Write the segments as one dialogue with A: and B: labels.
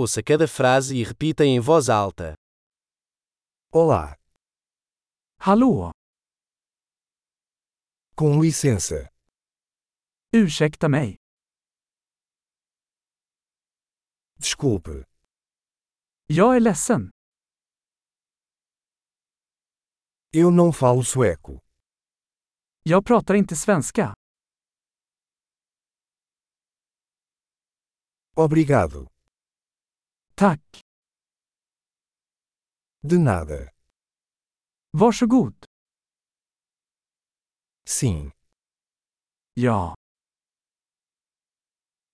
A: Ouça cada frase e repita em voz alta.
B: Olá,
C: Hallå!
B: com licença.
C: Ursäkta mig.
B: Desculpe,
C: Jag är ledsen.
B: eu não falo sueco.
C: Jag pratar inte svenska.
B: Obrigado.
C: Tack.
B: De nada.
C: Varsågod.
B: Sim.
C: Ja.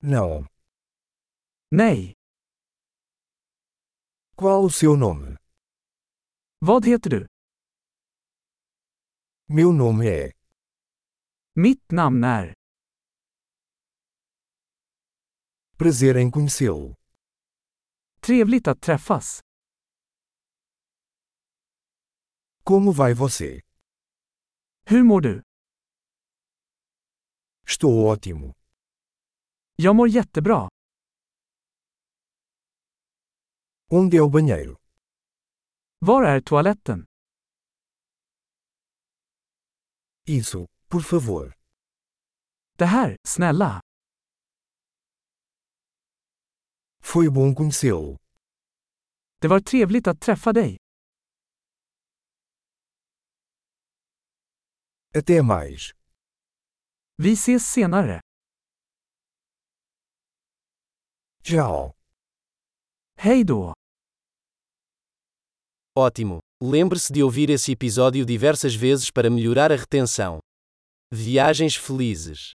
B: Não.
C: Nej.
B: Qual o seu nome?
C: Vad heter du?
B: Meu nome é.
C: Mitt namn är.
B: Prazer em conhecê-lo.
C: Trevligt att träffas.
B: Como vai você?
C: Hur mår du?
B: Estou ótimo.
C: Jag mår jättebra.
B: Onde é o banheiro?
C: Var är toaletten?
B: Isso, por favor.
C: Det här, snälla.
B: Foi bom conhecê-lo.
C: Det var trevligt att träffa dig.
B: Até mais.
C: Vi ses senare.
B: Tchau.
C: Hej då!
A: Ótimo! Lembre-se de ouvir esse episódio diversas vezes para melhorar a retenção. Viagens felizes!